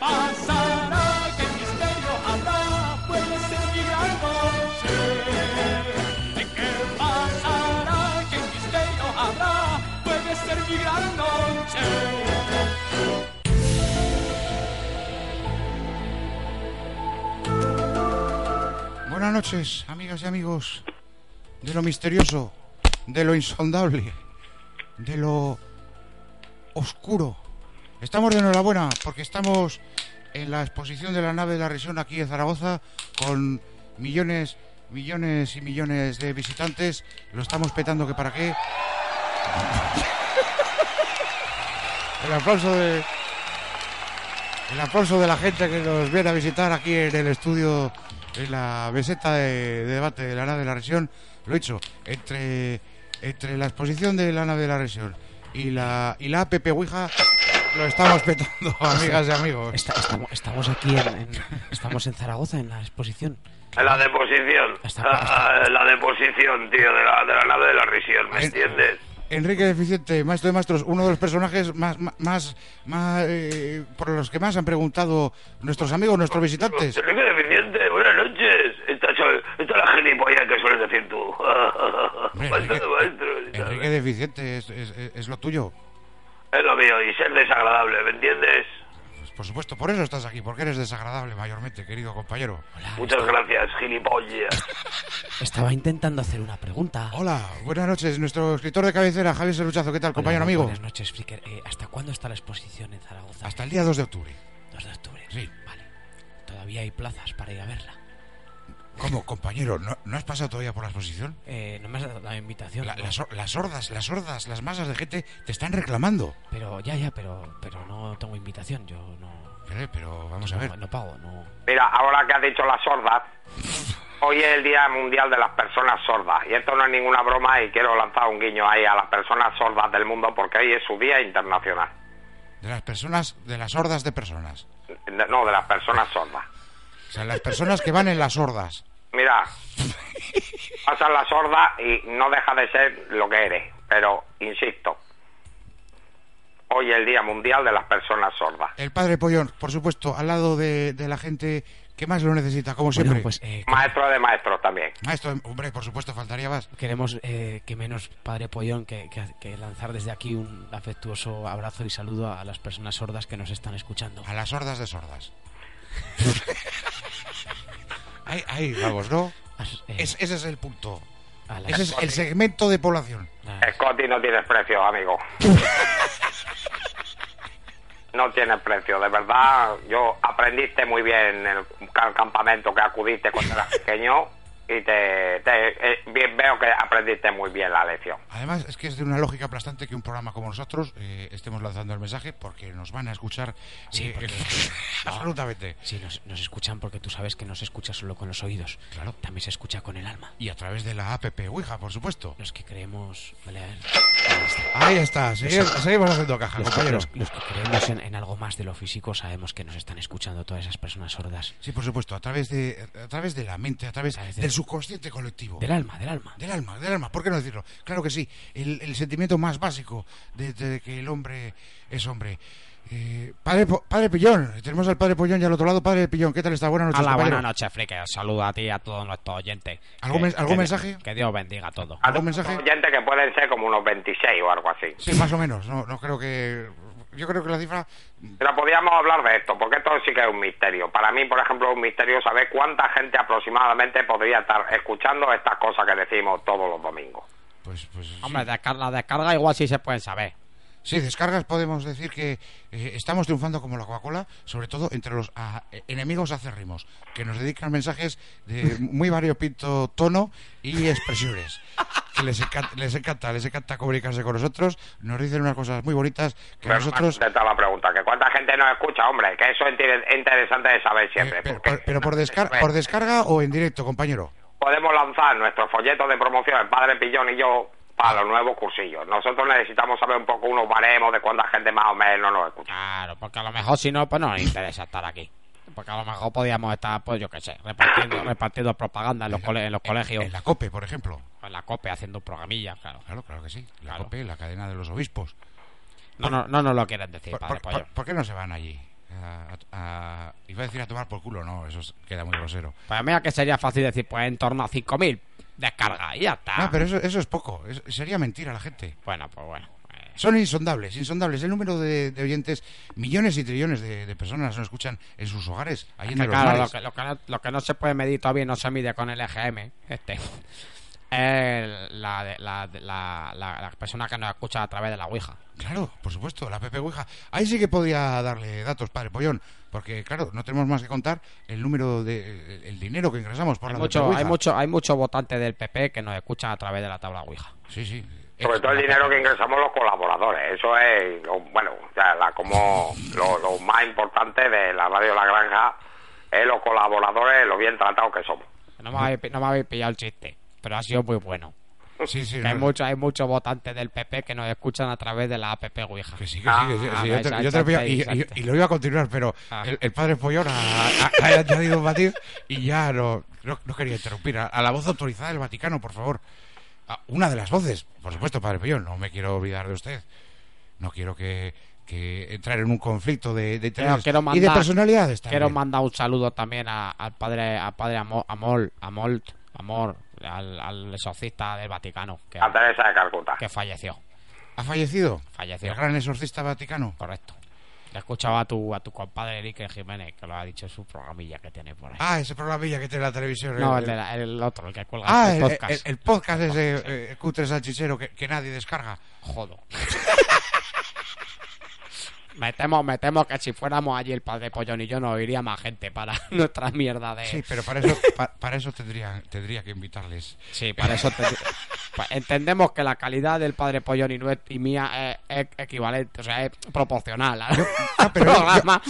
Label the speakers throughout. Speaker 1: pasará? ¿Qué misterio habrá? Puede ser que algo sé. ¿Qué pasará? ¿Qué misterio habrá? Puede ser mi gran noche.
Speaker 2: Buenas noches, amigas y amigos de lo misterioso, de lo insondable, de lo oscuro. Estamos de enhorabuena porque estamos en la exposición de la nave de la Risión aquí en Zaragoza con millones, millones y millones de visitantes. Lo estamos petando que para qué. El aplauso de el aplauso de la gente que nos viene a visitar aquí en el estudio, en la meseta de, de debate de la nave de la región, lo he dicho, entre, entre la exposición de la nave de la región y la, y la APP Ouija, lo estamos petando, amigas y amigos.
Speaker 3: Esta- estamos, estamos aquí, en, en- estamos en Zaragoza, en la exposición.
Speaker 4: La deposición.
Speaker 3: Está- está-
Speaker 4: Ah, La deposición, tío, de la, de la nave de la risión,
Speaker 2: Eh,
Speaker 4: ¿me entiendes?
Speaker 2: Enrique Deficiente, maestro de maestros, uno de los personajes más, más, más, más, eh, por los que más han preguntado nuestros amigos, nuestros visitantes.
Speaker 4: Enrique Deficiente, buenas noches. Esta, soy- esta es la gilipollas que sueles decir tú.
Speaker 2: Hombre,
Speaker 4: Maestro de maestros,
Speaker 2: Enrique,
Speaker 4: ¿sabes?
Speaker 2: Enrique Deficiente es- es- es- es lo tuyo.
Speaker 4: Es lo mío, y ser desagradable, ¿me entiendes?
Speaker 2: Pues por supuesto, por eso estás aquí, porque eres desagradable mayormente, querido compañero.
Speaker 4: Muchas gracias, gilipollas.
Speaker 3: Estaba intentando hacer una pregunta.
Speaker 2: Hola, buenas noches, nuestro escritor de cabecera, Javier Serruchazo, ¿qué tal, compañero
Speaker 3: Hola,
Speaker 2: amigo?
Speaker 3: Buenas noches, Fricker. Eh, ¿Hasta cuándo está la exposición en Zaragoza?
Speaker 2: Hasta el día 2 de octubre.
Speaker 3: 2 de octubre.
Speaker 2: Sí.
Speaker 3: Vale. Todavía hay plazas para ir a verla.
Speaker 2: ¿Cómo, compañero? ¿No, no has pasado todavía por la exposición?
Speaker 3: Eh, no me has dado la invitación.
Speaker 2: La-
Speaker 3: ¿no?
Speaker 2: las, hor- las hordas, las hordas, las masas de gente te están reclamando.
Speaker 3: Pero ya, ya, pero, pero no tengo invitación. Yo no,
Speaker 2: Pero, Eh, pero vamos a
Speaker 3: no,
Speaker 2: ver.
Speaker 3: no pago, no.
Speaker 5: Mira, ahora que has dicho las sordas, hoy es el Día Mundial de las Personas Sordas. Y esto no es ninguna broma y quiero lanzar un guiño ahí a las personas sordas del mundo porque hoy es su Día Internacional.
Speaker 2: De las personas, de las hordas de personas.
Speaker 5: De- No, de las personas sordas.
Speaker 2: O sea, las personas que van en las hordas.
Speaker 5: Mira, pasan las sordas y no deja de ser lo que eres. Pero, insisto, hoy es el Día Mundial de las Personas Sordas.
Speaker 2: El padre Pollón, por supuesto, al lado de, de la gente que más lo necesita, como siempre.
Speaker 3: Bueno, pues eh,
Speaker 5: Maestro de maestros también.
Speaker 2: Maestro, hombre, por supuesto, faltaría más.
Speaker 3: queremos eh, que menos Padre Pollón que, que- que lanzar desde aquí un afectuoso abrazo y saludo a las personas sordas que nos están escuchando.
Speaker 2: A las hordas de sordas. ahí, ahí vamos, ¿no?
Speaker 3: As- eh,
Speaker 2: Es- ese es el punto.
Speaker 3: a las-
Speaker 2: Ese es el segmento de población.
Speaker 3: las-
Speaker 5: Scotty no tienes precio, amigo. No tienes precio, de verdad. Yo aprendiste muy bien en el ca- campamento que acudiste cuando eras pequeño y te, te- eh, bien veo que aprendiste muy bien la lección.
Speaker 2: Además, es que es de una lógica aplastante que un programa como nosotros eh, estemos lanzando el mensaje porque nos van a escuchar.
Speaker 3: Sí,
Speaker 2: eh,
Speaker 3: porque-
Speaker 2: el- absolutamente.
Speaker 3: Sí, nos, nos escuchan porque tú sabes que no se escucha solo con los oídos.
Speaker 2: Claro.
Speaker 3: También se escucha con el alma.
Speaker 2: Y a través de la app Ouija, por supuesto.
Speaker 3: Los que creemos. vale, a ver. Ah,
Speaker 2: Ahí está, seguimos, seguimos haciendo caja,
Speaker 3: Los, que-
Speaker 2: compañeros.
Speaker 3: los- los que creemos en, en algo más de lo físico sabemos que nos están escuchando todas esas personas sordas.
Speaker 2: Sí, por supuesto, a través de, a través de la mente, a través
Speaker 3: A través de-
Speaker 2: del subconsciente colectivo.
Speaker 3: Del alma, del alma.
Speaker 2: Del alma, del alma, ¿por qué no decirlo? Claro que sí, el, el sentimiento más básico de, de que el hombre es hombre. Eh, padre, Po- padre Pillón, tenemos al padre Pollón y al otro lado, padre Pillón, ¿qué tal está? Buenas noches,
Speaker 6: Hola,
Speaker 2: compañero.
Speaker 6: buenas noches, Friki. Os saludo a ti y a todos nuestros oyentes.
Speaker 2: ¿Algún
Speaker 6: Que-
Speaker 2: men- algún
Speaker 6: que-
Speaker 2: mensaje?
Speaker 6: Que Dios bendiga a todos.
Speaker 2: ¿Algún mensaje?
Speaker 5: Gente que pueden ser como unos 26 o algo así.
Speaker 2: Sí, más o menos, no, no creo que... Yo creo que la cifra...
Speaker 5: Pero podíamos hablar de esto, porque esto sí que es un misterio. Para mí, por ejemplo, es un misterio saber cuánta gente aproximadamente podría estar escuchando estas cosas que decimos todos los domingos.
Speaker 2: Pues, pues sí.
Speaker 6: Hombre, descar- la descarga igual sí se pueden saber.
Speaker 2: sí, descargas podemos decir que eh, estamos triunfando como la Coca-Cola, sobre todo entre los ah, eh, enemigos acérrimos, que nos dedican mensajes de muy variopinto tono y expresiones. que les encanta, les encanta, les encanta comunicarse con nosotros, nos dicen unas cosas muy bonitas que
Speaker 5: Pero
Speaker 2: nosotros...
Speaker 5: me ha contestado la pregunta, que cuánta gente nos escucha, hombre, que eso es inter- interesante de saber
Speaker 2: eh,
Speaker 5: siempre.
Speaker 2: pero,
Speaker 5: porque-
Speaker 2: por- pero por, descar-
Speaker 5: Pues,
Speaker 2: por descarga o en directo, compañero.
Speaker 5: Podemos lanzar nuestro folleto de promoción, el padre Pillón y yo, para los nuevos cursillos. Nosotros necesitamos saber un poco unos baremos de cuánta gente más o menos nos escucha.
Speaker 6: Claro, porque a lo mejor si no, pues no nos interesa estar aquí. Porque a lo mejor podíamos estar, pues yo qué sé, repartiendo, repartiendo propaganda en los, cole- en los colegios,
Speaker 2: En la COPE, por ejemplo.
Speaker 6: en la COPE, haciendo un programilla, claro.
Speaker 2: Claro, claro que sí. La
Speaker 6: Claro.
Speaker 2: COPE, la cadena de los obispos.
Speaker 6: No, no, no nos lo quieren decir,
Speaker 2: ¿Por,
Speaker 6: padre
Speaker 2: por-
Speaker 6: Pollón.
Speaker 2: por- por qué no se van allí? A- a- a- iba a decir a tomar por culo, no, eso es- queda muy grosero.
Speaker 6: Pues mira que sería fácil decir, pues en torno a 5.000 descargas y ya está.
Speaker 2: No, Ah, pero eso, eso es poco, es- sería mentir a la gente.
Speaker 6: Bueno, pues bueno. eh,
Speaker 2: Son insondables, insondables. El número de, de oyentes, millones y trillones de, de personas nos escuchan en sus hogares, allí en
Speaker 6: que
Speaker 2: los
Speaker 6: claro, lo
Speaker 2: mares.
Speaker 6: que, lo, que no, lo que no se puede medir todavía y no se mide con el EGM, este. es la, de- la, de- la, la, la persona que nos escucha a través de la Ouija.
Speaker 2: Claro, por supuesto, la Pepe Ouija. Ahí sí que podía darle datos, padre Pollón, porque claro, no tenemos más que contar el número de el- el dinero que ingresamos por
Speaker 6: Hay
Speaker 2: la
Speaker 6: mucho,
Speaker 2: Pepe Ouija.
Speaker 6: hay mucho, hay muchos votantes del PP que nos escuchan a través de la tabla Ouija.
Speaker 2: Sí, sí.
Speaker 5: Sobre
Speaker 2: Eh,
Speaker 5: todo el
Speaker 2: la
Speaker 5: dinero
Speaker 2: Pepe-
Speaker 5: que ingresamos los colaboradores. Eso es, lo- bueno, ya la, como lo, lo más importante de la radio La Granja es los colaboradores, lo bien tratados que somos.
Speaker 6: No me, habéis, pi- no me habéis pillado el chiste, pero ha sido muy bueno.
Speaker 2: Sí, sí.
Speaker 6: Que hay
Speaker 2: no-
Speaker 6: muchos, hay muchos votantes del PP que nos escuchan a través de la APP Ouija.
Speaker 2: Que sí, que sí, que sí,
Speaker 6: Ah,
Speaker 2: sí, yo te-
Speaker 6: exacto,
Speaker 2: yo te lo pillaba- y-
Speaker 6: exacto.
Speaker 2: y, y lo iba a continuar, pero
Speaker 6: Ah.
Speaker 2: el, el padre Pollón ha, ha- ha añadido un matiz y ya no, no, no quería interrumpir. A, a la voz autorizada del Vaticano, por favor. A una de las voces, por supuesto, padre Pollón, no me quiero olvidar de usted. No quiero que, que entrar en un conflicto de, de
Speaker 6: Pero
Speaker 2: intereses
Speaker 6: quiero mandar,
Speaker 2: y de personalidades también.
Speaker 6: Quiero mandar un saludo también a- al padre, al padre Amor, Amor, Amor, Amor, al, al exorcista del Vaticano que,
Speaker 5: A Teresa de Calcuta.
Speaker 6: que falleció.
Speaker 2: ¿Ha fallecido?
Speaker 6: Falleció.
Speaker 2: El gran exorcista vaticano.
Speaker 6: Correcto. Le escuchaba a tu, a tu compadre Enrique Jiménez, que lo ha dicho en su programilla que tiene por ahí.
Speaker 2: Ah, ese programilla que tiene la televisión.
Speaker 6: no,
Speaker 2: el-
Speaker 6: el, de la- el otro, el que cuelga
Speaker 2: Eh, Ah,
Speaker 6: el
Speaker 2: el,
Speaker 6: podcast.
Speaker 2: el- el podcast ese eh, cutre salchichero que, que nadie descarga.
Speaker 6: Jodo. Me temo, me temo que si fuéramos allí el padre Pollón y yo no iría más gente para nuestra mierda de...
Speaker 2: Sí, pero para eso, pa- para eso tendría, tendría que invitarles.
Speaker 6: Sí, para eso te- pa- entendemos que la calidad del padre Pollón y, nue- y mía es, es equivalente, o sea, es proporcional al
Speaker 2: Ah, pero yo-
Speaker 6: programa.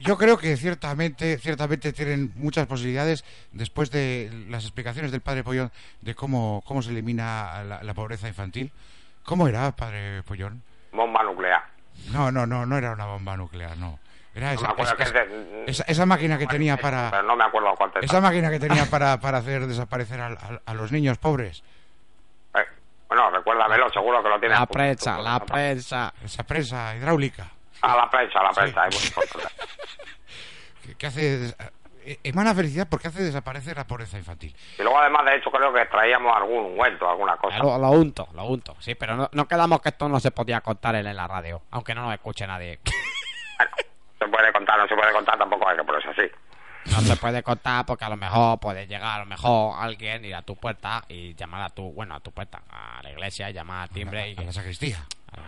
Speaker 2: Yo creo que ciertamente, ciertamente tienen muchas posibilidades después de las explicaciones del padre Pollón de cómo, cómo se elimina la, la pobreza infantil. ¿Cómo era, padre Pollón?
Speaker 5: Bomba nuclear.
Speaker 2: No, no, no, no era una bomba nuclear, no. Era
Speaker 5: No me
Speaker 2: esa,
Speaker 5: acuerdo
Speaker 2: esa-
Speaker 5: que es de-
Speaker 2: esa- esa máquina que tenía
Speaker 5: Pero
Speaker 2: para
Speaker 5: no me acuerdo cuánto es.
Speaker 2: esa máquina que tenía para, para hacer desaparecer al- al- a los niños pobres.
Speaker 5: Eh, Bueno, recuérdamelo, seguro que lo tienes.
Speaker 6: La
Speaker 5: apuntado. Ah,
Speaker 6: prensa, la prensa.
Speaker 2: Esa presa hidráulica.
Speaker 5: A la prensa, a la prensa. es muy importante.
Speaker 2: que, que hace des- eh, emana felicidad porque hace desaparecer la pobreza infantil.
Speaker 5: Y luego, además, de hecho, creo que traíamos algún ungüento, alguna cosa.
Speaker 6: Lo, lo unto, lo unto, sí, pero no, no quedamos que esto no se podía contar en en la radio, aunque no nos escuche nadie.
Speaker 5: Bueno, se puede contar, no se puede contar, tampoco hay que ponerse así.
Speaker 6: No se puede contar porque a lo mejor puede llegar, a lo mejor alguien ir a tu puerta y llamar a tu, bueno, a tu puerta, a la iglesia, y llamar al timbre y
Speaker 2: A la sacristía.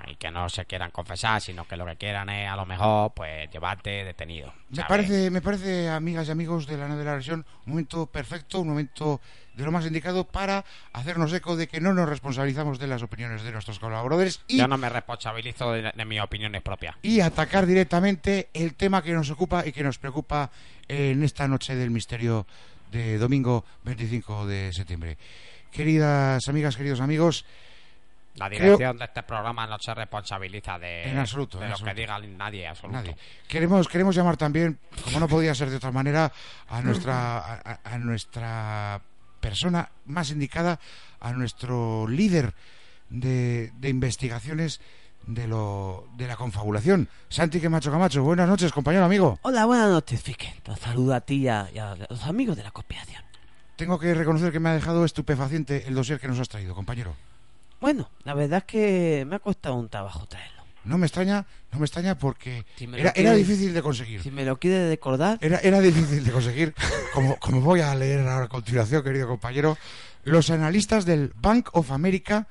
Speaker 6: y que no se quieran confesar, sino que lo que quieran es a lo mejor pues llevarte detenido.
Speaker 2: Me
Speaker 6: ¿sabes?
Speaker 2: parece, me parece, amigas y amigos de la nave de la región, un momento perfecto, un momento de lo más indicado para hacernos eco de que no nos responsabilizamos de las opiniones de nuestros colaboradores y,
Speaker 6: Yo no me responsabilizo de, de mis opiniones propias.
Speaker 2: y atacar directamente el tema que nos ocupa y que nos preocupa en esta noche del misterio de domingo 25 de septiembre. Queridas amigas, queridos amigos,
Speaker 6: La
Speaker 2: Creo-
Speaker 6: dirección de este programa no se responsabiliza de,
Speaker 2: En absoluto,
Speaker 6: de
Speaker 2: en
Speaker 6: lo
Speaker 2: absoluto.
Speaker 6: que diga nadie, absoluto.
Speaker 2: Nadie. Queremos, queremos llamar también, como no podía ser de otra manera, a nuestra, a, a- a nuestra persona más indicada, a nuestro líder de, de investigaciones de, lo, de la confabulación, Santi Quemacho Camacho. Buenas noches, compañero amigo.
Speaker 7: Hola, buenas noches, Fique. Te saludo a ti y a, y a los amigos de la conspiración.
Speaker 2: Tengo que reconocer que me ha dejado estupefaciente el dossier que nos has traído, compañero.
Speaker 7: Bueno, la verdad es que me ha costado un trabajo traerlo.
Speaker 2: No me extraña, no me extraña porque
Speaker 7: Si me lo
Speaker 2: era, era
Speaker 7: quieres-
Speaker 2: difícil de conseguir.
Speaker 7: Si me lo quieres recordar,
Speaker 2: Era, era difícil de conseguir, como, como voy a leer ahora a continuación, querido compañero. Los analistas del Bank of America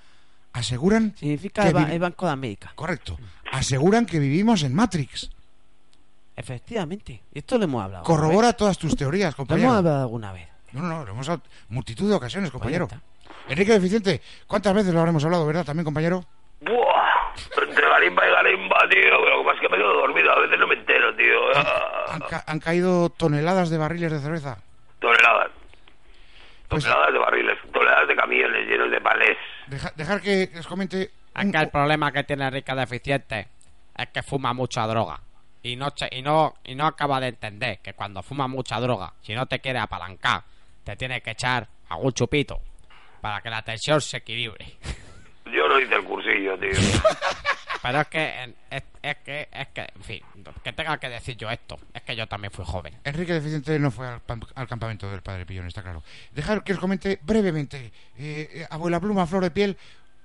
Speaker 2: aseguran,
Speaker 7: significa
Speaker 2: que
Speaker 7: el, ba-
Speaker 2: vivi-
Speaker 7: el Banco de América.
Speaker 2: correcto, aseguran que vivimos en Matrix.
Speaker 6: Ah,
Speaker 7: Efectivamente. Esto lo hemos hablado. alguna vez.
Speaker 2: Corrobora todas tus teorías,
Speaker 7: Lo hemos
Speaker 2: compañero.
Speaker 7: hablado alguna vez.
Speaker 2: No, no, no, lo hemos hablado multitud de ocasiones, compañero.
Speaker 7: Pues ya
Speaker 2: Enrique Deficiente, ¿cuántas veces lo habremos hablado, verdad? También, compañero.
Speaker 4: Buah, entre garimba y garimba, tío. Pero lo que pasa es que me quedo dormido, a veces no me entero, tío. Ah,
Speaker 2: Han, ca- han caído toneladas de barriles de cerveza.
Speaker 4: toneladas.
Speaker 2: Pues-
Speaker 4: Toneladas de barriles, toneladas de camiones llenos de palés.
Speaker 2: Deja- dejar que les comente. un-
Speaker 6: Acá el problema que tiene Enrique Deficiente es que fuma mucha droga. Y no, che- y, no, y no acaba de entender que cuando fuma mucha droga, si no te quiere apalancar, te tiene que echar algún chupito para que la tensión se equilibre.
Speaker 4: Yo no hice el cursillo, tío.
Speaker 6: Pero es que, en- es, es que, es que, en fin, que tenga que decir yo esto, es que yo también fui joven.
Speaker 2: Enrique Deficiente no fue al, pam- al campamento del padre Pillón, está claro. Dejar que os comente brevemente, eh, eh, abuela pluma, flor de piel,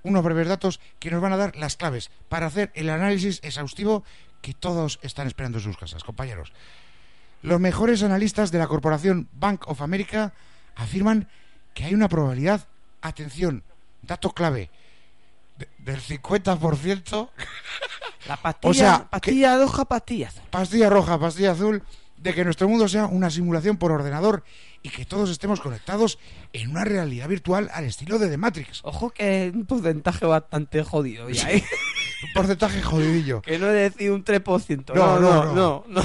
Speaker 2: unos breves datos que nos van a dar las claves para hacer el análisis exhaustivo que todos están esperando en sus casas, compañeros. Los mejores analistas de la corporación Bank of America afirman que hay una probabilidad, atención, dato clave, de- del 50%.
Speaker 7: La pastilla,
Speaker 2: O sea,
Speaker 7: pastilla roja, pastillas.
Speaker 2: pastilla roja, pastilla azul, de que nuestro mundo sea una simulación por ordenador y que todos estemos conectados en una realidad virtual al estilo de The Matrix.
Speaker 7: Ojo que es un porcentaje bastante jodido ya, ¿eh?
Speaker 2: Un porcentaje jodidillo.
Speaker 7: que no he decidido un 3%.
Speaker 2: No,
Speaker 7: No,
Speaker 2: no, no.
Speaker 7: no, no. no,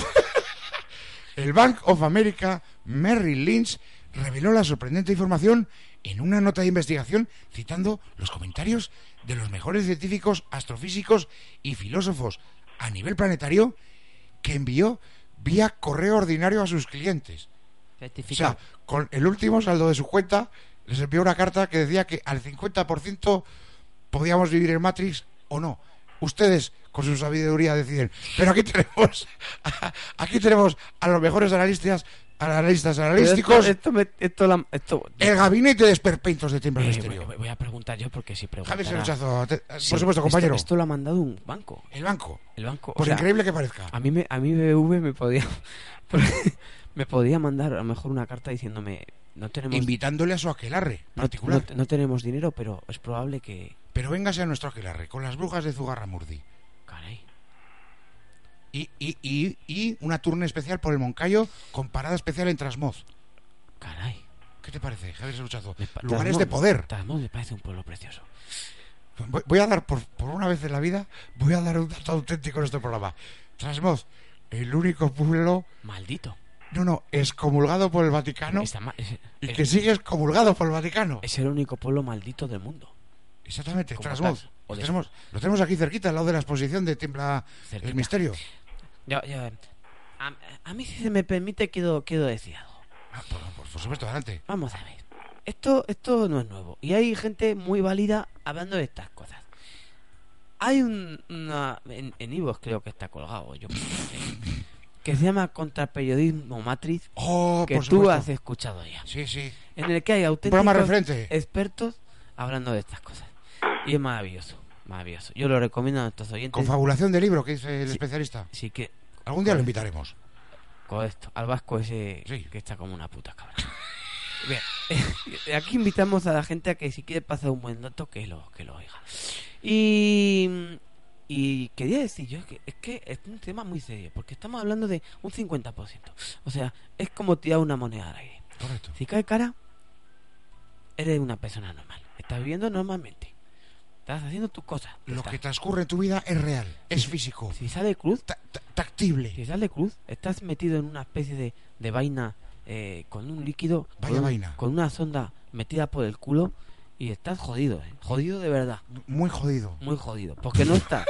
Speaker 2: El Bank of America, Merrill Lynch, reveló la sorprendente información en una nota de investigación citando los comentarios de los mejores científicos, astrofísicos y filósofos a nivel planetario que envió vía correo ordinario a sus clientes. O sea, con el último saldo de su cuenta, les envió una carta que decía que al 50% podíamos vivir en Matrix o no. Ustedes, con su sabiduría, deciden. Pero aquí tenemos, aquí tenemos a los mejores analistas, analistas
Speaker 7: Pero
Speaker 2: analísticos,
Speaker 7: Esto, esto, me- esto, la- esto-
Speaker 2: el gabinete de esperpeitos de tiempo
Speaker 3: Eh,
Speaker 2: misterio.
Speaker 3: voy, voy a preguntar yo porque si pregunto.
Speaker 2: Javier Serchazo, te- eh, por supuesto, compañero.
Speaker 7: Esto, esto lo ha mandado un banco.
Speaker 2: El banco,
Speaker 3: El banco. o
Speaker 2: por
Speaker 3: sea,
Speaker 2: increíble que parezca.
Speaker 7: A mí, me, a mí BV me podía. me podía mandar a lo mejor una carta diciéndome. No tenemos,
Speaker 2: Invitándole a su aquelarre
Speaker 7: no-
Speaker 2: particular.
Speaker 7: no- no tenemos dinero, pero es probable que.
Speaker 2: Pero véngase a nuestro aquelarre, con las brujas de Zugarramurdi.
Speaker 7: Caray.
Speaker 2: Y, y, y, y una turna especial por el Moncayo con parada especial en Trasmoz.
Speaker 7: Caray.
Speaker 2: ¿Qué te parece, Javier Saluchazo?
Speaker 3: me pa-
Speaker 2: Lugares
Speaker 3: Trasmoz-
Speaker 2: de poder.
Speaker 3: Trasmoz me parece un pueblo precioso.
Speaker 2: Voy- Voy a dar, por, por una vez en la vida, voy a dar un dato auténtico en este programa. Trasmoz, el único pueblo,
Speaker 3: Maldito.
Speaker 2: no, no, excomulgado por el Vaticano
Speaker 3: Está ma- es,
Speaker 2: y
Speaker 3: es-
Speaker 2: que sigue excomulgado por el Vaticano.
Speaker 3: es el único pueblo maldito del mundo.
Speaker 2: Exactamente,
Speaker 3: como
Speaker 2: Trasmoz.
Speaker 3: tal, o
Speaker 2: Lo
Speaker 3: de-
Speaker 2: tenemos, lo tenemos aquí cerquita, al lado de la exposición de Tiembla el
Speaker 3: Cerquita.
Speaker 2: Misterio.
Speaker 3: Yo- yo-
Speaker 7: A, a mí, si se me permite, quiero, quiero decir algo.
Speaker 2: Ah, por, por- por supuesto, adelante.
Speaker 7: Vamos a ver. Esto, esto no es nuevo. Y hay gente muy válida hablando de estas cosas. Hay un, una... En, en iVoox creo que está colgado, yo qué sé, Que se llama Contraperiodismo Matriz,
Speaker 2: Oh,
Speaker 7: que
Speaker 2: por
Speaker 7: tú
Speaker 2: supuesto.
Speaker 7: has escuchado ya.
Speaker 2: Sí, sí.
Speaker 7: En el que hay
Speaker 2: Un programa
Speaker 7: auténticos
Speaker 2: referente.
Speaker 7: expertos hablando de estas cosas. Y es maravilloso, maravilloso. Yo lo recomiendo a nuestros oyentes.
Speaker 2: Confabulación de libro, que dice el especialista.
Speaker 7: Así que,
Speaker 2: Algún día lo invitaremos.
Speaker 7: correcto, al vasco ese
Speaker 2: Sí.
Speaker 7: que está como una puta cabra. Bien, aquí invitamos a la gente a que si quiere pasar un buen dato que lo, que lo oiga. Y, y quería decir yo que es que es un tema muy serio, porque estamos hablando de un 50%. O sea, es como tirar una moneda al aire.
Speaker 2: Correcto.
Speaker 7: Si cae cara, eres una persona normal. Estás viviendo normalmente. Estás haciendo tus cosas.
Speaker 2: Lo
Speaker 7: Estás-
Speaker 2: que transcurre en tu vida es real, es físico,
Speaker 7: Si sale cruz,
Speaker 2: ta- ta- tactible.
Speaker 7: si sale cruz, estás metido en una especie de, de vaina eh, con un líquido, con
Speaker 2: Vaya
Speaker 7: un-
Speaker 2: vaina.
Speaker 7: con una sonda metida por el culo y estás jodido, ¿eh? jodido de verdad,
Speaker 2: Muy jodido.
Speaker 7: muy jodido, porque no estás,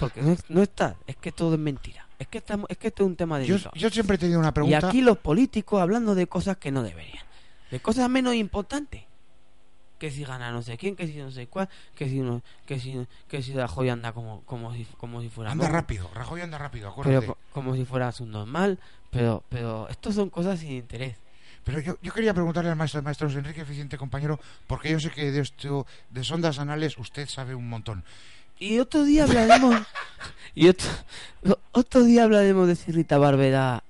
Speaker 7: porque no, no estás, es que todo es mentira, es que estamos, es que esto es un tema de
Speaker 2: Yo, yo siempre he tenido una
Speaker 7: y
Speaker 2: pregunta.
Speaker 7: aquí los políticos hablando de cosas que no deberían, de cosas menos importantes. Que si gana no sé quién, que si no sé cuál, que si no, que si que si la joya anda como como si como si fuera
Speaker 2: Anda
Speaker 7: bomba.
Speaker 2: rápido, Rajoy anda rápido, acuérdate. Pero,
Speaker 7: pero co- como si fuera subnormal, pero pero esto son cosas sin interés.
Speaker 2: yo, yo quería preguntarle al maestro, maestro Enrique Eficiente, compañero, porque yo sé que de esto, de sondas anales, usted sabe un montón.
Speaker 7: Y otro día hablaremos. y otro, otro día hablaremos de si Rita Barbera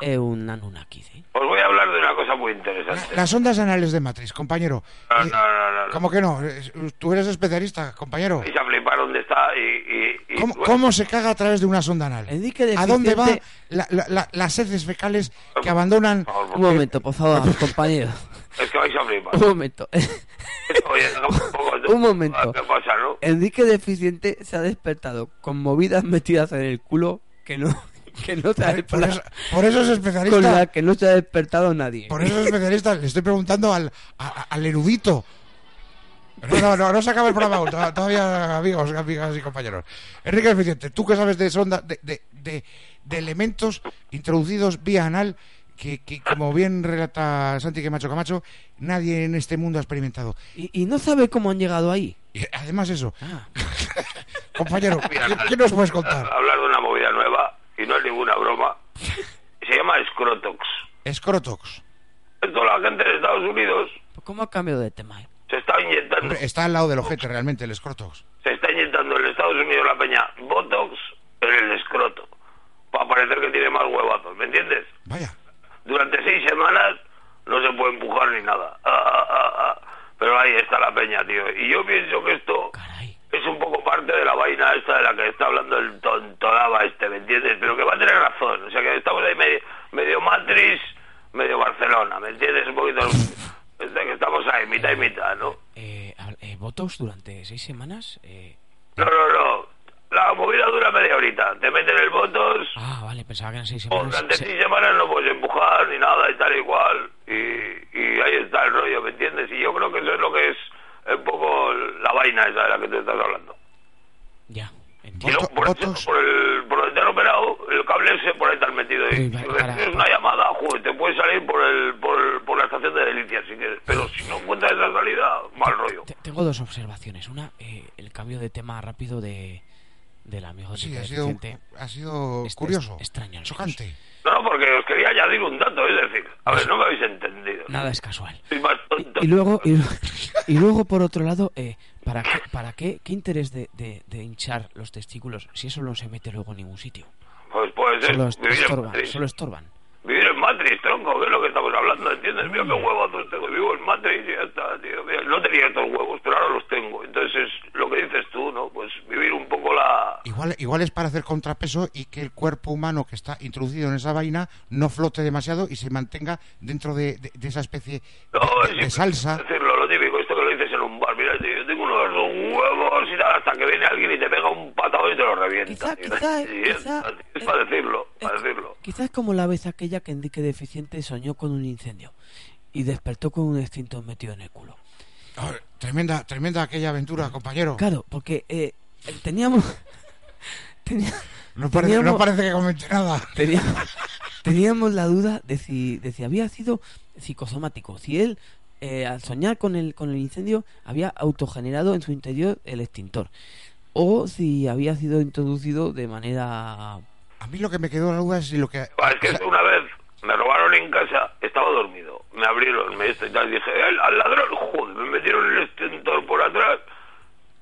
Speaker 7: es un Anunnaki, ¿sí?
Speaker 4: Os voy a hablar de una cosa muy
Speaker 2: La-
Speaker 4: interesante.
Speaker 2: las ondas anales de Matrix, compañero.
Speaker 4: Ah, No,
Speaker 2: Eh,
Speaker 4: no, no, no, no.
Speaker 2: ¿Cómo que no? Es- Tú eres especialista, compañero.
Speaker 4: vais a flipar dónde está y... y, y-
Speaker 2: ¿Cómo,
Speaker 4: bueno,
Speaker 2: cómo se caga a través de una sonda anal?
Speaker 7: Enrique
Speaker 2: ¿A dónde va
Speaker 7: Deficiente-
Speaker 2: la- la- la- las heces fecales que abandonan
Speaker 4: por favor,
Speaker 7: Un momento, por favor, compañero.
Speaker 4: Es que vais a flipar.
Speaker 7: Un momento.
Speaker 5: Oye, no, tampoco-
Speaker 7: Un momento.
Speaker 5: ¿Qué pasa, no?
Speaker 7: Enrique Deficiente se ha despertado con movidas metidas en el culo que no, que no se ha
Speaker 2: Por, por eso,
Speaker 7: despertado.
Speaker 2: por eso es especialista.
Speaker 7: Con la que no se ha despertado nadie.
Speaker 2: Por eso es especialista. Le estoy preguntando al, a- a- al erudito. No, no, no, no se acaba el programa aún. to- Todavía, amigos, amigas y compañeros. Enrique Deficiente, tú que sabes de sonda, de, de, de- de elementos introducidos vía anal, que, que, como bien relata Santi Camacho Camacho, nadie en este mundo ha experimentado.
Speaker 7: Y, y no sabe cómo han llegado ahí.
Speaker 2: Y además, eso.
Speaker 7: Ah.
Speaker 2: Compañero, ¿qué, qué nos puedes contar?
Speaker 5: Hablar de una movida nueva, y no es ninguna broma. Se llama Scrotox.
Speaker 2: Scrotox.
Speaker 5: Esto la gente de Estados Unidos
Speaker 7: Pues, ¿Cómo ha cambiado de tema? eh?
Speaker 5: se está inyectando.
Speaker 2: Hombre, está al lado del ojete realmente el Scrotox.
Speaker 5: se está inyectando en Estados Unidos la peña Botox en el escroto para parecer que tiene más huevazos, ¿me entiendes?
Speaker 2: Vaya.
Speaker 5: Durante seis semanas no se puede empujar ni nada. Ah, ah, ah, ah. Pero ahí está la peña, tío. Y yo pienso que esto es un poco parte de la vaina esta de la que está hablando el tontolaba este, ¿me entiendes? Pero que va a tener razón. O sea, que estamos ahí medio, medio Matrix, medio Barcelona, ¿me entiendes? Un poquito... este que Estamos ahí, mitad y mitad, ¿no?
Speaker 6: Eh, hab- eh, Botox durante seis semanas. eh,
Speaker 5: No, no, no. La movida dura media horita. Te meten el botox,
Speaker 6: Ah, vale, pensaba que eran seis
Speaker 5: o
Speaker 6: semanas.
Speaker 5: durante
Speaker 6: Se-
Speaker 5: seis semanas no puedes empujar ni nada y tal igual. Y, y ahí está el rollo, ¿me entiendes? Y yo creo que eso es lo que es un poco la vaina esa de la que tú estás hablando.
Speaker 6: Ya,
Speaker 5: Y
Speaker 6: entiendo.
Speaker 5: luego por, eso,
Speaker 2: botox.
Speaker 5: por el por donde te han operado, el cable ese por ahí te has metido. Y
Speaker 6: Uy,
Speaker 5: si
Speaker 6: va-
Speaker 5: recibes
Speaker 6: para-
Speaker 5: una llamada, joder, te puedes salir por, el, por, el- por la estación de delicias si quieres. Pero si no encuentras esa salida, mal rollo.
Speaker 6: Te- Tengo dos observaciones. Una, eh, el cambio de tema rápido de del amigo
Speaker 2: Sí,
Speaker 6: Enrique
Speaker 2: ha sido,
Speaker 6: Vicente.
Speaker 2: ha sido
Speaker 6: Este es
Speaker 2: curioso.
Speaker 6: extraño, al
Speaker 2: Chocante.
Speaker 5: No, no, porque os quería añadir un dato, es decir, a ver, no me habéis entendido.
Speaker 6: Nada es casual.
Speaker 5: Soy más tonto.
Speaker 6: Y luego, y, lu- y luego por otro lado, eh, ¿para qué, para qué, qué interés de, de- de hinchar los testículos si eso no se mete luego en ningún sitio?
Speaker 5: Pues puede ser.
Speaker 6: Solo est-
Speaker 5: Vivir en,
Speaker 6: estorban,
Speaker 5: Matrix.
Speaker 6: solo estorban.
Speaker 5: Vivir en Matrix, tronco, que es lo que estamos hablando, ¿entiendes? Mira qué huevazos tengo. Vivo en Matrix y ya está, tío. Mira, no tenía estos huevos, pero ahora los tengo. Entonces, es lo que dices tú, ¿no? Pues vivir un poco la.
Speaker 2: Igual, igual es para hacer contrapeso y que el cuerpo humano que está introducido en esa vaina no flote demasiado y se mantenga dentro de, de- de esa especie de,
Speaker 5: No,
Speaker 2: de-
Speaker 5: es
Speaker 2: de
Speaker 7: Ah.
Speaker 2: salsa.
Speaker 5: Decirlo, lo típico, esto que lo dices en un bar. Mira, tío, yo tengo unos huevos y tal, hasta que viene alguien y te pega un patado y te lo revienta.
Speaker 7: Quizá,
Speaker 5: tío.
Speaker 7: quizá,
Speaker 5: Y ya
Speaker 7: quizá,
Speaker 5: está, tío. Es
Speaker 7: eh,
Speaker 5: para decirlo, para
Speaker 7: eh,
Speaker 5: decirlo.
Speaker 7: Quizás como la vez aquella que Enrique Deficiente soñó con un incendio y despertó con un extinto metido en el culo.
Speaker 2: Oh, tremenda, tremenda aquella aventura, compañero.
Speaker 7: Claro, porque eh, teníamos, tenía-
Speaker 2: No parece, no
Speaker 7: teníamos-
Speaker 2: parece que comente nada.
Speaker 7: teníamos, teníamos la duda de si, de si había sido psicosomático, si él eh, al soñar con el, con el incendio había autogenerado en su interior el extintor o si había sido introducido de manera...
Speaker 2: A mí lo que me quedó la duda es si lo que...
Speaker 5: Ah, es que una vez me robaron en casa, estaba dormido. Me abrieron, me esto y tal. Dije, "El- al ladrón, joder, me metieron el extintor por atrás.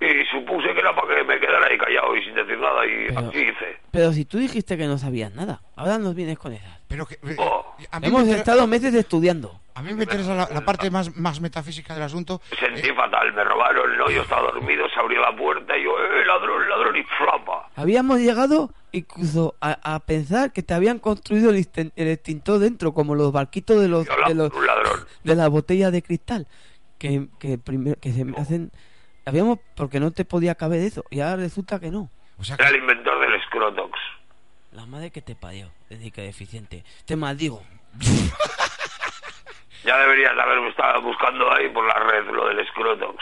Speaker 5: Y supuse que era para que me quedara ahí callado y sin decir nada. Y
Speaker 7: Pero-
Speaker 5: así hice.
Speaker 7: Pero si tú dijiste que no sabías nada, ahora nos vienes con esas.
Speaker 2: Pero que, eh,
Speaker 5: Oh.
Speaker 2: a, mí me
Speaker 7: Hemos
Speaker 2: inter-
Speaker 7: estado meses estudiando.
Speaker 2: a mí me interesa la, la parte más, más metafísica del asunto.
Speaker 7: Eh.
Speaker 5: Sentí fatal, me robaron, no, yo estaba dormido, se abrió la puerta y yo, eh, ladrón, ladrón, y flapa.
Speaker 7: Habíamos llegado incluso a, a pensar que te habían construido el, insten- el extintor dentro, como los barquitos de los
Speaker 5: Y hablaba
Speaker 7: de, los,
Speaker 5: con un ladrón.
Speaker 7: de las botellas de cristal que, que, primer- que se me hacen. Habíamos porque no te podía caber eso y ahora resulta que no.
Speaker 2: O sea,
Speaker 5: Era
Speaker 2: que-
Speaker 5: el inventor del Scrotox.
Speaker 7: La madre que te parió, que deficiente. Te maldigo.
Speaker 5: Ya deberías haberme estado buscando ahí por la red lo del Scrotox.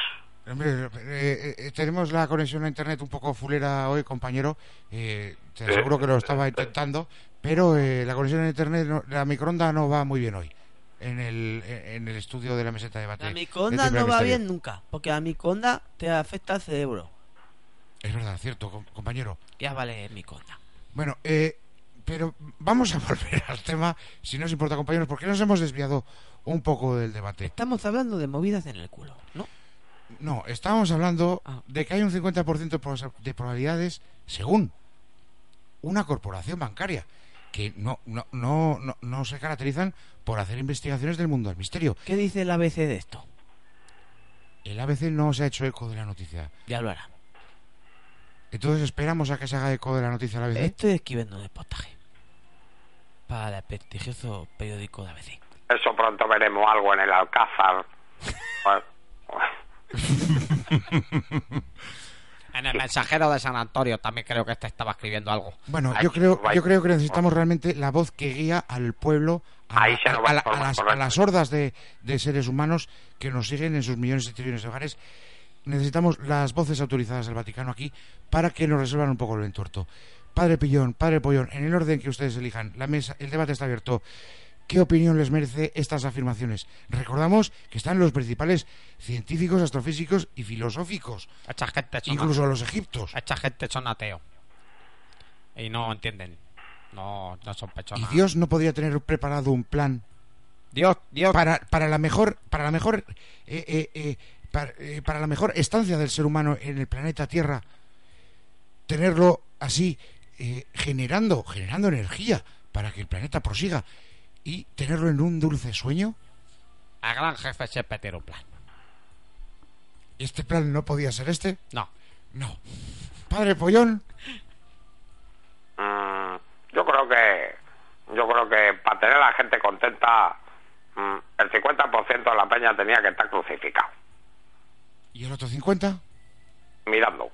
Speaker 2: hombre, eh, eh, tenemos la conexión a Internet un poco fulera hoy, compañero. Eh, te aseguro que lo estaba intentando, pero eh, la conexión a Internet, no- la microonda no va muy bien hoy. En el, eh, en el estudio de la meseta de debate.
Speaker 7: La
Speaker 2: de
Speaker 7: miconda
Speaker 2: Triple
Speaker 7: no va
Speaker 2: Misterio.
Speaker 7: bien nunca, porque la miconda te afecta al cerebro.
Speaker 2: Es verdad, cierto, com- compañero.
Speaker 7: Ya vale miconda.
Speaker 2: Bueno, eh, pero vamos a volver al tema, si no os importa, compañeros, porque nos hemos desviado un poco del debate.
Speaker 7: Estamos hablando de movidas en el culo, ¿no?
Speaker 2: No, estábamos hablando
Speaker 7: Ah.
Speaker 2: de que hay un 50% de proba- de probabilidades según una corporación bancaria que no, no, no, no, no se caracterizan por hacer investigaciones del mundo del misterio.
Speaker 7: ¿Qué dice el ABC de esto?
Speaker 2: El ABC no se ha hecho eco de la noticia.
Speaker 7: Ya lo hará.
Speaker 2: Entonces esperamos a que se haga eco de la noticia el ABC.
Speaker 7: Estoy escribiendo un reportaje para el prestigioso periódico de ABC.
Speaker 8: Eso pronto veremos algo en el Alcázar. O-
Speaker 6: En el mensajero de San Antonio también creo que este estaba escribiendo algo.
Speaker 2: Bueno,
Speaker 5: Ahí
Speaker 2: yo creo,
Speaker 5: va-
Speaker 2: yo creo que necesitamos realmente la voz que guía al pueblo a,
Speaker 5: Ahí se nos va
Speaker 2: a la-
Speaker 5: por
Speaker 2: a
Speaker 5: lo
Speaker 2: las,
Speaker 5: correcto.
Speaker 2: a las hordas de, de seres humanos que nos siguen en sus millones y trillones de hogares. Necesitamos las voces autorizadas del Vaticano aquí para que nos resuelvan un poco el entuerto. Padre Pillón, Padre Pollón, en el orden que ustedes elijan, la mesa, el debate está abierto. ¿Qué opinión les merece estas afirmaciones? Recordamos que están los principales científicos, astrofísicos y filosóficos,
Speaker 6: Esta gente son,
Speaker 2: incluso los egiptos.
Speaker 6: esta gente son ateos. Y no entienden. No, no son
Speaker 2: Y
Speaker 6: personas.
Speaker 2: Dios no podría tener preparado un plan
Speaker 6: Dios, Dios.
Speaker 2: para, para la mejor para la mejor eh, eh, eh, para, eh, para la mejor estancia del ser humano en el planeta Tierra tenerlo así eh, generando generando energía para que el planeta prosiga y tenerlo en un dulce sueño
Speaker 6: El gran jefe siempre tiene un plan.
Speaker 2: este plan no podía ser este
Speaker 6: No.
Speaker 2: no padre pollón
Speaker 5: Mm, yo creo que yo creo que para tener a la gente contenta mm, el 50% de la peña tenía que estar crucificado
Speaker 2: y el otro 50
Speaker 5: mirando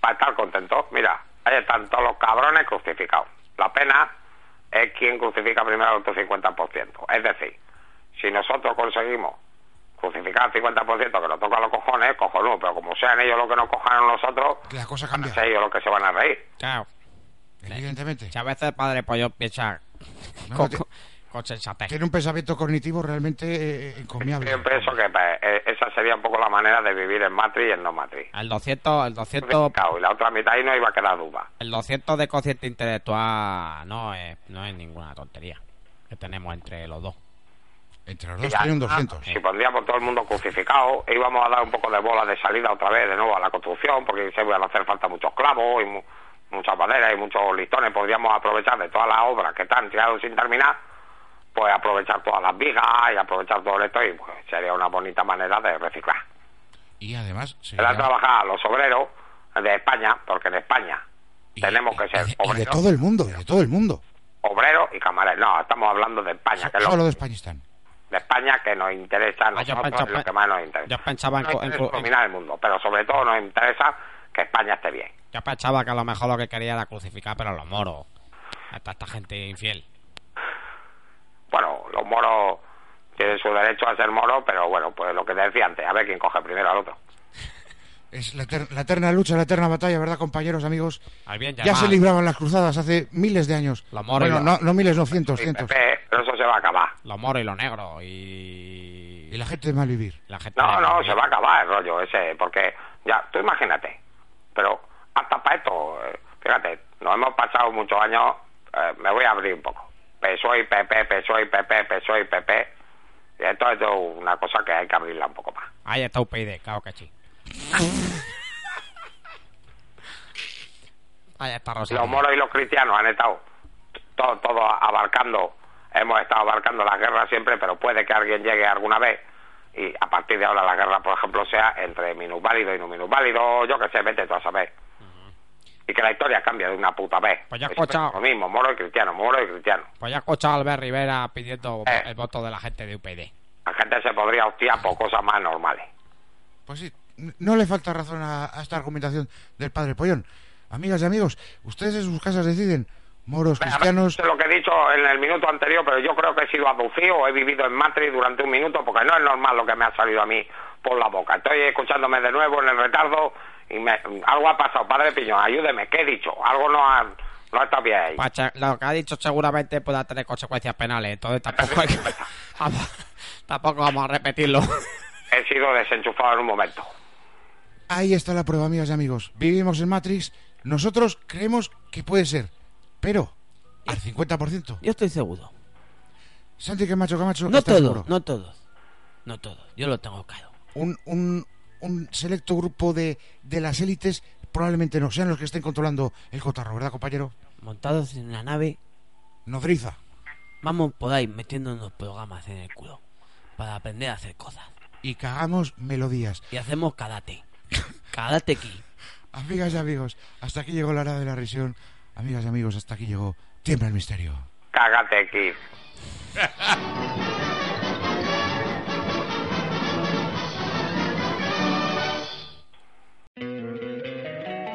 Speaker 5: para estar contentos mira ahí están todos los cabrones crucificados la pena es quien crucifica primero el otro 50% es decir si nosotros conseguimos crucificar el 50% que nos toca a los cojones cojonudo pero como sean ellos los que nos cojan a nosotros
Speaker 2: la cosa
Speaker 5: van a
Speaker 2: cambia
Speaker 5: ser ellos los que se van a reír
Speaker 6: Chao.
Speaker 2: evidentemente
Speaker 6: Si a veces padre pollo piensa
Speaker 2: No,
Speaker 6: con,
Speaker 2: te-
Speaker 6: con- con sensatez.
Speaker 2: tiene un pensamiento cognitivo realmente eh, encomiable
Speaker 5: Yo pienso que pues, eh, esa sería un poco la manera de vivir en matriz y en no matriz.
Speaker 6: El 200, el 200,
Speaker 5: Y la otra mitad ahí no iba a quedar duda.
Speaker 6: el 200 de cociente intelectual no es, no es ninguna tontería que tenemos entre los dos.
Speaker 2: entre los
Speaker 5: Y
Speaker 2: dos
Speaker 5: ya,
Speaker 2: tiene un 200
Speaker 5: Si pondríamos todo el mundo crucificado, e íbamos a dar un poco de bola de salida otra vez de nuevo a la construcción, porque se iban a hacer falta muchos clavos y mu- muchas maderas y muchos listones. Podríamos aprovechar de todas las obras que están tiradas sin terminar, pues aprovechar todas las vigas y aprovechar todo esto y pues, sería una bonita manera de reciclar.
Speaker 2: y además
Speaker 5: Era
Speaker 2: sería-
Speaker 5: trabajar a los obreros de España, porque en España
Speaker 2: y-
Speaker 5: tenemos que
Speaker 2: y
Speaker 5: ser
Speaker 2: de- y de
Speaker 5: obreros.
Speaker 2: todo el mundo y de todo el mundo
Speaker 5: obreros y camareros. No, estamos hablando de España, que es lo,
Speaker 2: Solo de
Speaker 5: de...
Speaker 2: España están.
Speaker 5: España que nos interesa a
Speaker 6: Ah, yo
Speaker 5: nosotros,
Speaker 6: pensaba-
Speaker 5: es lo que más nos interesa.
Speaker 6: yo pensaba en
Speaker 5: Nos
Speaker 6: co- en
Speaker 5: interesa
Speaker 6: co- en-
Speaker 5: dominar el mundo, pero sobre todo nos interesa que España esté bien.
Speaker 6: Yo pensaba que a lo mejor lo que quería era crucificar, pero a los moros. Hasta esta gente infiel.
Speaker 5: Bueno, los moros tienen su derecho a ser moros, pero bueno, pues lo que te decía antes, a ver quién coge primero al otro.
Speaker 2: Es la, eter- la eterna lucha, la eterna batalla, ¿verdad, compañeros, amigos?
Speaker 6: Al bien
Speaker 2: Ya
Speaker 6: llamado.
Speaker 2: se libraban las cruzadas hace miles de años.
Speaker 6: La mora y
Speaker 2: bueno, no,
Speaker 6: la-
Speaker 2: no miles, no cientos,
Speaker 5: Y
Speaker 2: cientos.
Speaker 5: Pepe, pero eso se va a acabar.
Speaker 6: Los moros y los negros. Y.
Speaker 2: Y la gente de mal vivir.
Speaker 6: la gente.
Speaker 5: No, no, se va a acabar el rollo ese, porque ya, tú imagínate, pero hasta para esto, eh, fíjate, nos hemos pasado muchos años, eh, me voy a abrir un poco, PSOE y PP, PSOE y PP, PSOE y PP, y esto es una cosa que hay que abrirla un poco más.
Speaker 6: Ahí está UPyD, claro que sí. Ahí está Rosalía.
Speaker 5: Los moros y los cristianos han estado todos abarcando, hemos estado abarcando la guerra siempre, pero puede que alguien llegue alguna vez y a partir de ahora la guerra, por ejemplo, sea entre minusválido y no minusválido, yo que sé, vete tú a saber. Y que la historia cambia de una puta vez.
Speaker 6: Pues ya he
Speaker 5: Que siempre
Speaker 6: escuchado.
Speaker 5: es Lo mismo, moro y cristiano, moro y cristiano.
Speaker 6: Pues ya he escuchado a Albert Rivera pidiendo
Speaker 5: Eh.
Speaker 6: el voto de la gente de UPyD.
Speaker 5: La gente se podría hostiar por cosas más normales.
Speaker 2: Pues sí, n- no le falta razón a, a esta argumentación del padre Pollón. Amigas y amigos, ustedes en sus casas deciden, moros,
Speaker 5: Venga,
Speaker 2: cristianos,
Speaker 5: Eso es lo que he dicho en el minuto anterior, pero yo creo que he sido aducido, he vivido en Matrix durante un minuto, porque no es normal lo que me ha salido a mí por la boca. Estoy escuchándome de nuevo en el retardo y me- algo ha pasado. Padre Piñón, ayúdeme, ¿qué he dicho? Algo no ha, no está bien ahí.
Speaker 6: Pache- Pues lo que ha dicho seguramente pueda tener consecuencias penales, entonces tampoco hay que- tampoco vamos a repetirlo.
Speaker 5: He sido desenchufado en un momento.
Speaker 2: ahí está la prueba, amigas y amigos. Vivimos en Matrix, nosotros creemos que puede ser, pero al 50%.
Speaker 7: Yo estoy seguro.
Speaker 2: Santi Camacho Camacho,
Speaker 7: No
Speaker 2: ¿estás
Speaker 7: todos,
Speaker 2: seguro?
Speaker 7: no todos. No todos. Yo lo tengo claro.
Speaker 2: un, un, un selecto grupo de, de las élites probablemente no sean los que estén controlando el cotarro, ¿verdad, compañero?
Speaker 7: Montados en una nave,
Speaker 2: Nodriza.
Speaker 7: vamos por ahí metiéndonos programas en el culo. Para aprender a hacer cosas.
Speaker 2: Y cagamos melodías.
Speaker 7: Y hacemos karate. Karate aquí.
Speaker 2: Amigas y amigos, hasta aquí llegó la hora de la risión. Amigas y amigos, hasta aquí llegó Tiembla el Misterio.
Speaker 5: Cágate aquí.